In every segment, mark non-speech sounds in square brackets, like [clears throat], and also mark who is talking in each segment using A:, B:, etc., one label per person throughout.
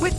A: With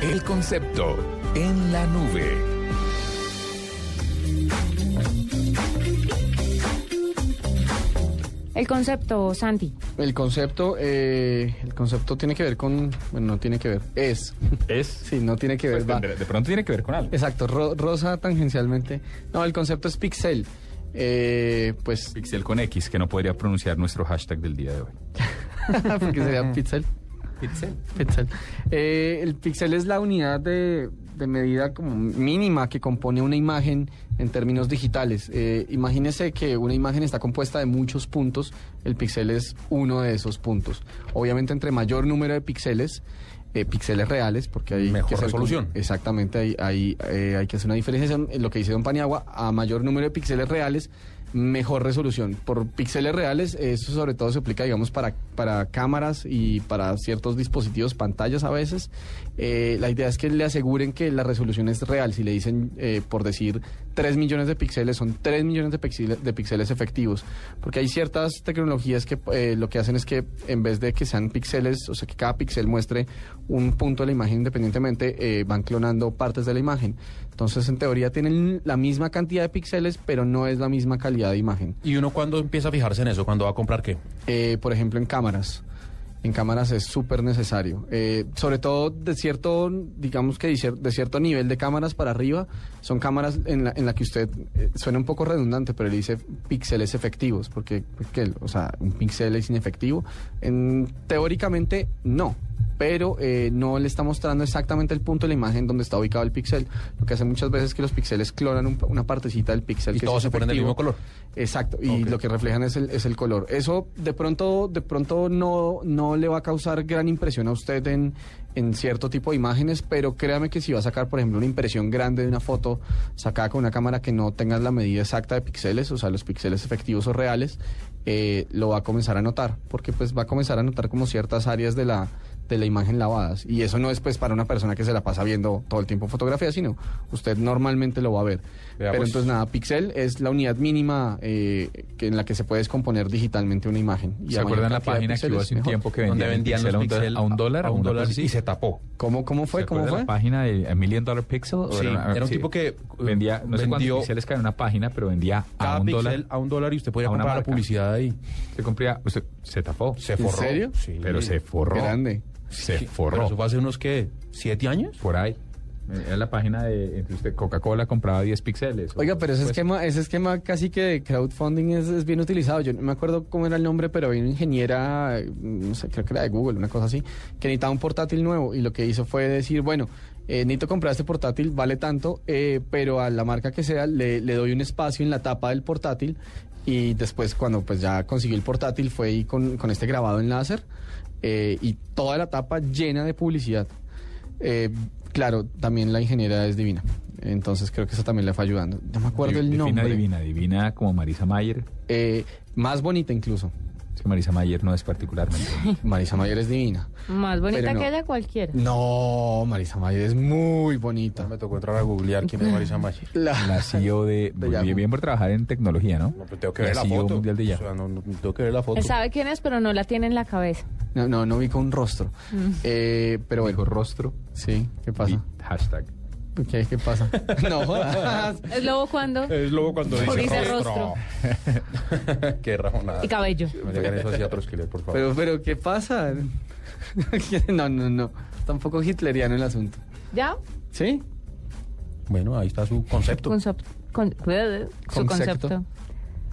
B: El concepto en la nube.
C: El concepto, Santi.
D: El concepto, eh, el concepto tiene que ver con, bueno, no tiene que ver, es, [laughs]
E: Es.
D: sí, no tiene que ver,
E: Pues,
D: va.
E: de, de pronto tiene que ver con algo.
D: exacto, ro- rosa tangencialmente, no, el concepto es pixel, eh, pues, [laughs]
E: Pixel con X, que no podría pronunciar nuestro hashtag del día de hoy.
D: porque sería pixel, pixel, Eh, el pixel es la unidad de, de medida como mínima que compone una imagen en términos digitales, Eh, imagínese que una imagen está compuesta de muchos puntos, el pixel es uno de esos puntos, obviamente entre mayor número de píxeles, eh, píxeles reales, porque hay
E: Mejor
D: que hacer como-
E: resolución.
D: Exactamente, ahí, ahí, eh, hay que hacer una diferenciación. En lo que dice Don Paniagua, a mayor número de píxeles reales, mejor resolución. Por píxeles reales, eso sobre todo se aplica, digamos, para, para cámaras y para ciertos dispositivos, pantallas a veces. Eh, la idea es que le aseguren que la resolución es real. Si le dicen, eh, por decir, 3 millones de píxeles, son 3 millones de píxeles, de píxeles efectivos. Porque hay ciertas tecnologías que eh, lo que hacen es que en vez de que sean píxeles, o sea, que cada píxel muestre un punto de la imagen independientemente, eh, van clonando partes de la imagen. Entonces, en teoría, tienen la misma cantidad de píxeles, pero no es la misma calidad de imagen.
F: ¿Y uno cuándo empieza a fijarse en eso? ¿Cuándo va a comprar qué?
D: Eh, por ejemplo, en cámaras. En cámaras es súper necesario. Eh, sobre todo de cierto, digamos que de cier- de cierto nivel de cámaras para arriba, son cámaras en la, en la que usted, eh, suena un poco redundante, pero le dice píxeles efectivos, porque, porque, o sea, un píxel es inefectivo. En, teóricamente, no. Pero eh, no le está mostrando exactamente el punto de la imagen donde está ubicado el píxel. Lo que hace muchas veces es que los píxeles clonan un- una partecita del píxel.
F: Y
D: que sí
F: todos
D: es
F: se ponen del
D: efectivo.
F: mismo color.
D: Exacto, y
F: Ok.
D: lo que reflejan es el, es el color. Eso de pronto, de pronto no, no le va a causar gran impresión a usted en, en cierto tipo de imágenes, pero créame que si va a sacar, por ejemplo, una impresión grande de una foto sacada con una cámara que no tenga la medida exacta de píxeles, o sea, los píxeles efectivos o reales, eh, lo va a comenzar a notar, porque pues va a comenzar a notar como ciertas áreas de la de la imagen lavadas y eso no es pues para una persona que se la pasa viendo todo el tiempo fotografía sino usted normalmente lo va a ver
E: Vea,
D: pero
E: pues.
D: entonces nada, pixel es la unidad mínima eh, que en la que se puede descomponer digitalmente una imagen. Y
E: ¿Se
D: a mayor
E: acuerdan la
D: cantidad de
E: página que hubo
D: píxeles,
E: hace un
D: mejor.
E: tiempo que
F: Donde
E: vendían, el
F: vendían
E: pixel
F: los
E: a un do- a
F: píxel
E: un dólar?
F: a un
E: una
F: dólar,
E: cosa así,
F: sí.
E: Y se tapó.
D: ¿Cómo, cómo fue?
E: ¿Se
D: ¿Cómo
E: acuerdan
D: fue?
E: la página de A Million Dollar Pixel? O
F: Sí, era un
E: sí.
F: tipo que, eh,
E: vendía, no sé
F: vendió-
E: cuántos píxeles caen en una página, pero vendía a
F: Cada
E: un
F: píxel
E: dólar.
F: a un dólar y usted podía
E: A una
F: comprar la
E: marca.
F: publicidad ahí.
E: Se compría, usted- se tapó.
F: Se
D: ¿En
F: forró.
D: serio?
F: Sí.
E: Pero se forró.
D: Grande.
E: Se
F: Pero
E: forró.
F: eso fue hace unos, ¿qué? ¿Siete años?
E: Por ahí. Era la página de entre usted Coca-Cola compraba 10 píxeles. pues,
D: Oiga, pero ese
E: es
D: esquema, ese esquema casi que de crowdfunding es, es bien utilizado. Yo no me acuerdo cómo era el nombre, pero había una ingeniera, eh, no sé, creo que era de Google, una cosa así, que necesitaba un portátil nuevo y lo que hizo fue decir, bueno, eh, necesito comprar este portátil, vale tanto, eh, pero a la marca que sea le, le doy un espacio en la tapa del portátil y después cuando pues ya consiguió el portátil fue ahí con, con este grabado en láser eh, y toda la tapa llena de publicidad. Eh, claro, también la ingeniera es divina. Entonces creo que eso también le fue ayudando. No me acuerdo el nombre.
E: Divina, divina, divina como Marisa Mayer.
D: Eh, más bonita incluso.
E: Es que Marisa Mayer no es
F: [laughs]
E: particularmente.
D: Marisa Mayer es divina.
C: Más bonita
D: Pero no.
C: que ella cualquiera.
D: No, Marisa Mayer es muy bonita.
F: Me tocó entrar a googlear quién es
C: [laughs]
F: Marisa Mayer.
D: La-
E: La CEO de...
D: De
E: bien,
D: Yahoo.
E: bien por trabajar en tecnología, ¿no?
F: No, pero tengo que ver la,
E: CEO
F: foto.
E: mundial de
F: O
E: Yahoo.
F: sea, no, no, tengo que ver la foto.
C: Él sabe quién es, pero no la tiene en la cabeza.
D: No, no, no vi con un rostro.
C: Mm.
D: Eh, pero
E: Dijo
D: bueno,
E: rostro
D: sí, ¿qué
E: y
D: pasa?
E: hashtag.
D: ¿Qué,
E: [laughs]
D: qué pasa? No jodas.
C: Es lobo cuando.
F: Es lobo cuando Eh, dice,
C: Dice
F: rostro. [laughs] Qué rajonada.
C: Y cabello.
F: No le hagan eso así a Trotskiller, por favor.
D: Pero, pero, ¿qué pasa? [laughs] No, no, no. Tampoco hitleriano el asunto.
C: ¿Ya?
D: ¿Sí?
F: bueno, ahí está su concepto.
C: Consop- con- eh, su concepto.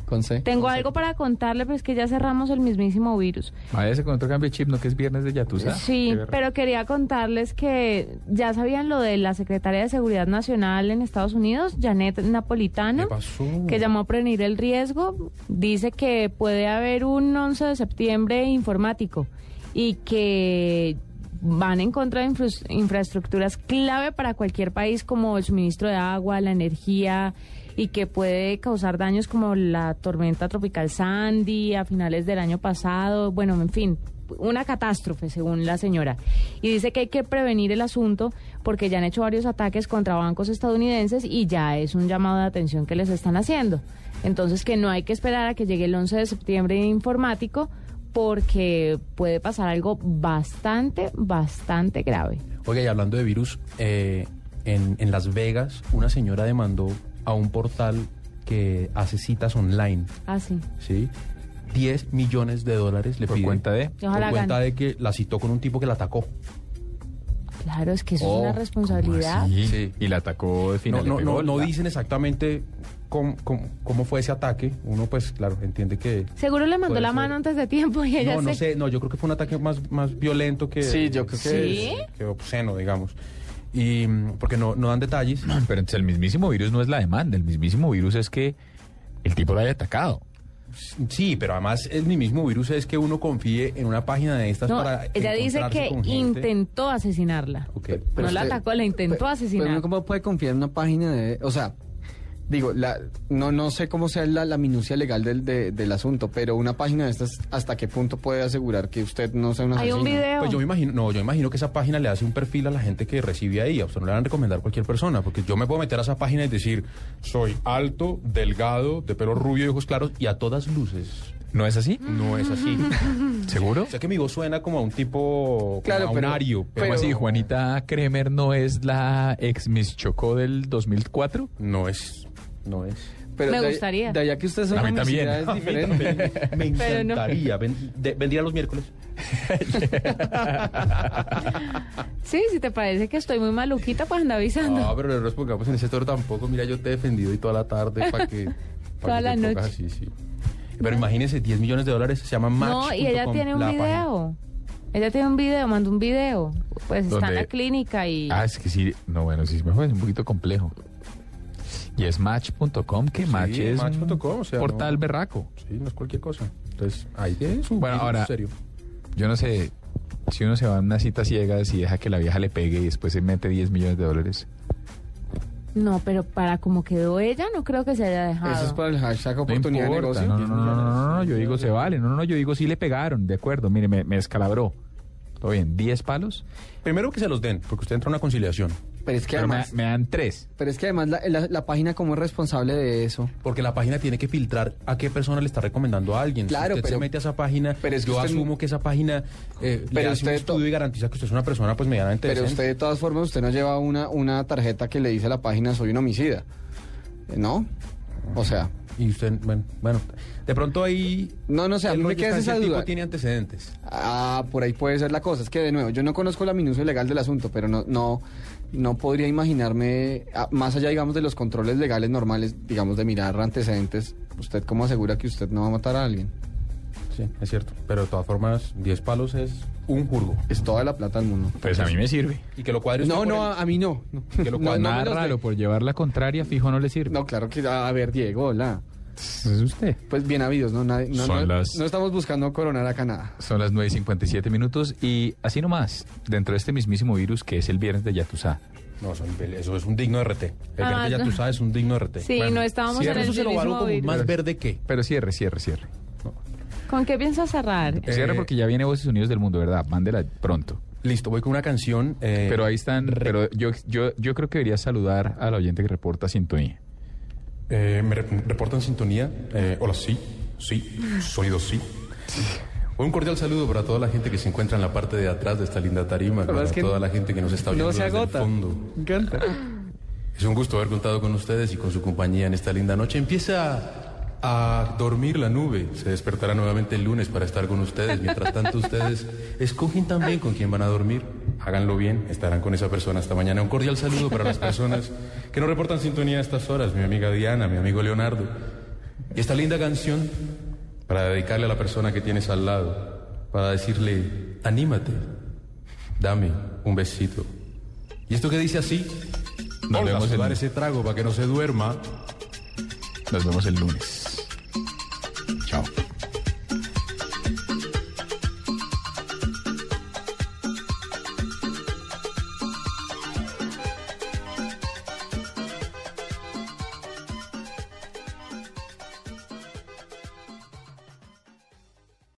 D: Con C.
C: Tengo algo para contarle, pero es que ya cerramos el mismísimo virus.
E: Váyase con otro cambio de chip, ¿no? Que es viernes de Yatusa.
C: Sí,
E: Qué ver-
C: pero quería contarles que ya sabían lo de la Secretaria de Seguridad Nacional en Estados Unidos, Janet Napolitano.
F: ¿Qué pasó?
C: que llamó a prevenir el riesgo, dice que puede haber un 11 de septiembre informático y que van en contra de infrus- infraestructuras clave para cualquier país como el suministro de agua, la energía y que puede causar daños como la tormenta tropical Sandy a finales del año pasado, bueno, en fin, una catástrofe según la señora. Y dice que hay que prevenir el asunto porque ya han hecho varios ataques contra bancos estadounidenses y ya es un llamado de atención que les están haciendo. Entonces que no hay que esperar a que llegue el 11 de septiembre informático porque puede pasar algo bastante, bastante grave.
F: Oiga, y hablando de virus, eh, en, en Las Vegas una señora demandó a un portal que hace citas online,
C: Así.
F: Ah, ¿sí? 10 millones de dólares le
E: por
F: piden.
E: cuenta de...
C: Y ojalá
F: por cuenta
C: gane.
F: de que la citó con un tipo que la atacó.
C: Claro, es que eso es
F: Oh,
C: una
F: ¿cómo
C: responsabilidad.
E: Ah, Sí,
F: Sí.
E: Y la atacó de
F: No,
E: final.
F: no,
E: le
F: no,
E: pegó.
F: no dicen exactamente cómo, cómo- cómo fue ese ataque. Uno, pues, claro, entiende que...
C: Seguro le mandó
F: Puede
C: la
F: ser.
C: mano antes de tiempo y ella
F: No, no
C: se...
F: sé, no, yo creo que fue un ataque más, más violento que...
D: Sí, yo creo que
C: ¿Sí?
D: es-
F: que obsceno, digamos. Y mm, porque no, no dan detalles.
E: [clears throat] Pero entonces el mismísimo virus no es la demanda, el mismísimo virus es que el tipo la haya atacado.
F: Sí, pero además el mismo virus es que uno confíe en una página de estas
C: No,
F: para
C: ella dice
F: encontrarse
C: que
F: con gente.
C: intentó asesinarla.
F: Ok.
C: no la atacó, la intentó
D: Pe-
C: asesinar.
D: Pero uno cómo puede confiar en una página de... O sea, digo, la, no, no sé cómo sea la, la minucia legal del, de- del asunto, pero una página de estas, ¿hasta qué punto puede asegurar que usted no sea un
C: Hay
D: asesino?
C: un video.
F: Pues yo me imagino, no, yo me imagino que esa página le hace un perfil a la gente que recibe ahí. A usted no le van a recomendar cualquier persona, porque yo me puedo meter a esa página y decir, soy alto, delgado, de pelo rubio y ojos claros, y a todas luces.
E: ¿No es así?
F: No es
C: [laughs]
F: así. Mm.
E: ¿Seguro?
F: sé que mi voz suena como a un tipo como
D: Claro,
F: a un
D: pero-
F: ario, pero
E: ¿Cómo así?
D: Pero-
E: ¿Juanita Kremer no es la ex Miss Chocó del 2004?
F: no es, no es.
D: Pero
C: Me
D: de ahí-
C: gustaría.
D: De allá que usted
E: [laughs]
D: es
E: A
D: una
E: mí también.
D: homicida es diferente.
F: Ah, Me
C: [laughs] Pero no.
F: encantaría. Ven- de- vendría los [laughs] miércoles.
C: Sí, si te parece que estoy muy maluquita, pues anda avisando.
F: Ah, pero no nos pongamos en ese toro tampoco. Mira, yo te he defendido y toda
C: [laughs]
F: la tarde para que. pa'
C: Toda
F: que
C: la
F: te pongas
C: noche.
F: así, sí. Pero imagínese, 10 millones de dólares se llama Match.
C: no, y ella
F: punto com,
C: tiene un
F: la
C: video.
F: página.
C: Ella tiene un video, mandó un video. Pues está en
E: ¿Dónde?
C: la clínica y...
E: Ah, es que sí. No, bueno, sí, me fue un poquito complejo. Y es match.com, que match
F: Sí,
E: es un
F: match.com, o sea,
E: portal
F: no-
E: berraco.
F: Sí, no es cualquier cosa. Entonces, ahí es un
E: Bueno,
F: virus
E: ahora-
F: serio.
E: Yo no sé, si uno se va a una cita ciegas y deja que la vieja le pegue y después se mete 10 millones de dólares.
C: No, pero para como quedó ella, no creo que se haya dejado.
D: Eso es para el hashtag
E: No
D: oportunidad
E: importa,
D: de negocio.
E: no, no, no, no, no, no, no, yo digo se vale, no, no, no, yo digo sí le pegaron, de acuerdo, mire, me, me escalabró. Todo bien, 10 palos,
F: Primero que se los den, porque usted entra a una conciliación.
D: Pero es que
E: pero me,
D: además,
E: me dan 3.
D: pero es que además la, la- la página como es responsable de eso.
F: Porque la página tiene que filtrar a qué persona le está recomendando a alguien.
D: Claro,
F: si usted
D: pero-
F: se mete a esa página,
D: pero es que
F: yo
D: usted-
F: asumo que esa página eh, le
D: Pero
F: hace un
D: usted to-
F: estudio y garantiza que usted es una persona pues medianamente
D: Pero
F: decente.
D: usted de todas formas, usted no lleva una, una tarjeta que le dice a la página soy un homicida. ¿No? O sea,
F: Y usted, bueno, bueno, de pronto ahí...
D: No, no sé, a
F: el
D: mí me
F: rollo
D: queda
F: está en
D: esa
F: si el
D: duda.
F: tipo tiene antecedentes.
D: Ah, por ahí puede ser la cosa. Es que de nuevo, yo no conozco la minucia legal del asunto, pero no, no, no podría imaginarme, ah, más allá, digamos, de los controles legales normales, digamos, de mirar antecedentes, ¿usted cómo asegura que usted no va a matar a alguien?
F: Sí, es cierto. Pero de todas formas, 10 palos es un jurgo.
D: Es toda la plata del mundo.
E: Pues a mí me
D: [laughs]
E: sirve.
F: Y que lo cuadre usted
D: No,
F: por
D: no,
F: el-
D: a, a mí no. [laughs] no.
F: Que lo cual
D: No, no
E: Nada
D: me los dé.
E: raro, por llevar la contraria, fijo, no le sirve.
D: No, claro que, a ver, Diego, hola.
E: Es usted.
D: Pues bien habidos, ¿no? Nadie- no,
E: Son
D: no-
E: las-
D: no estamos buscando coronar acá nada.
E: Son las 9.57 minutos y así nomás, dentro de este mismísimo virus que es el viernes de Yatusá.
F: No, son- eso es un digno RT. El
C: Ah,
F: verde ya tú sabes, es un digno RT.
C: Sí,
E: Bueno,
C: no estábamos
E: sí,
C: en
E: pero
C: el
F: Eso se lo
C: mismo
F: valgo como
C: virus.
F: más verde que.
E: Pero cierre, cierre, cierre.
C: ¿Con qué piensas cerrar?
F: Eh,
E: Cierre porque ya viene Voces Unidos del Mundo, ¿verdad? Mándela pronto.
F: Listo, voy con una canción. eh,
E: Pero ahí están, pero yo, yo, yo creo que debería saludar al oyente que reporta sintonía.
F: eh, me re- reportan sintonía. Eh, hola, sí, sí, sonido sí. Un cordial saludo para toda la gente que se encuentra en la parte de atrás de esta linda tarima, para
D: es que
F: toda la gente que nos está oyendo
D: No se
F: desde el
D: agota.
F: fondo.
D: Me encanta.
F: Es un gusto haber contado con ustedes y con su compañía en esta linda noche. Empieza a dormir la nube. Se despertará nuevamente el lunes para estar con ustedes. Mientras tanto, ustedes escogen también con quién van a dormir. Háganlo bien, estarán con esa persona hasta mañana. Un cordial saludo para las personas que no reportan sintonía a estas horas. Mi amiga Diana, mi amigo Leonardo. Y esta linda canción para dedicarle a la persona que tienes al lado. Para decirle, anímate, dame un besito. Y esto que dice así,
E: Nos
F: Nos
E: vemos
F: vamos a
E: el-
F: dar ese trago para que no se duerma.
E: Nos vemos el lunes.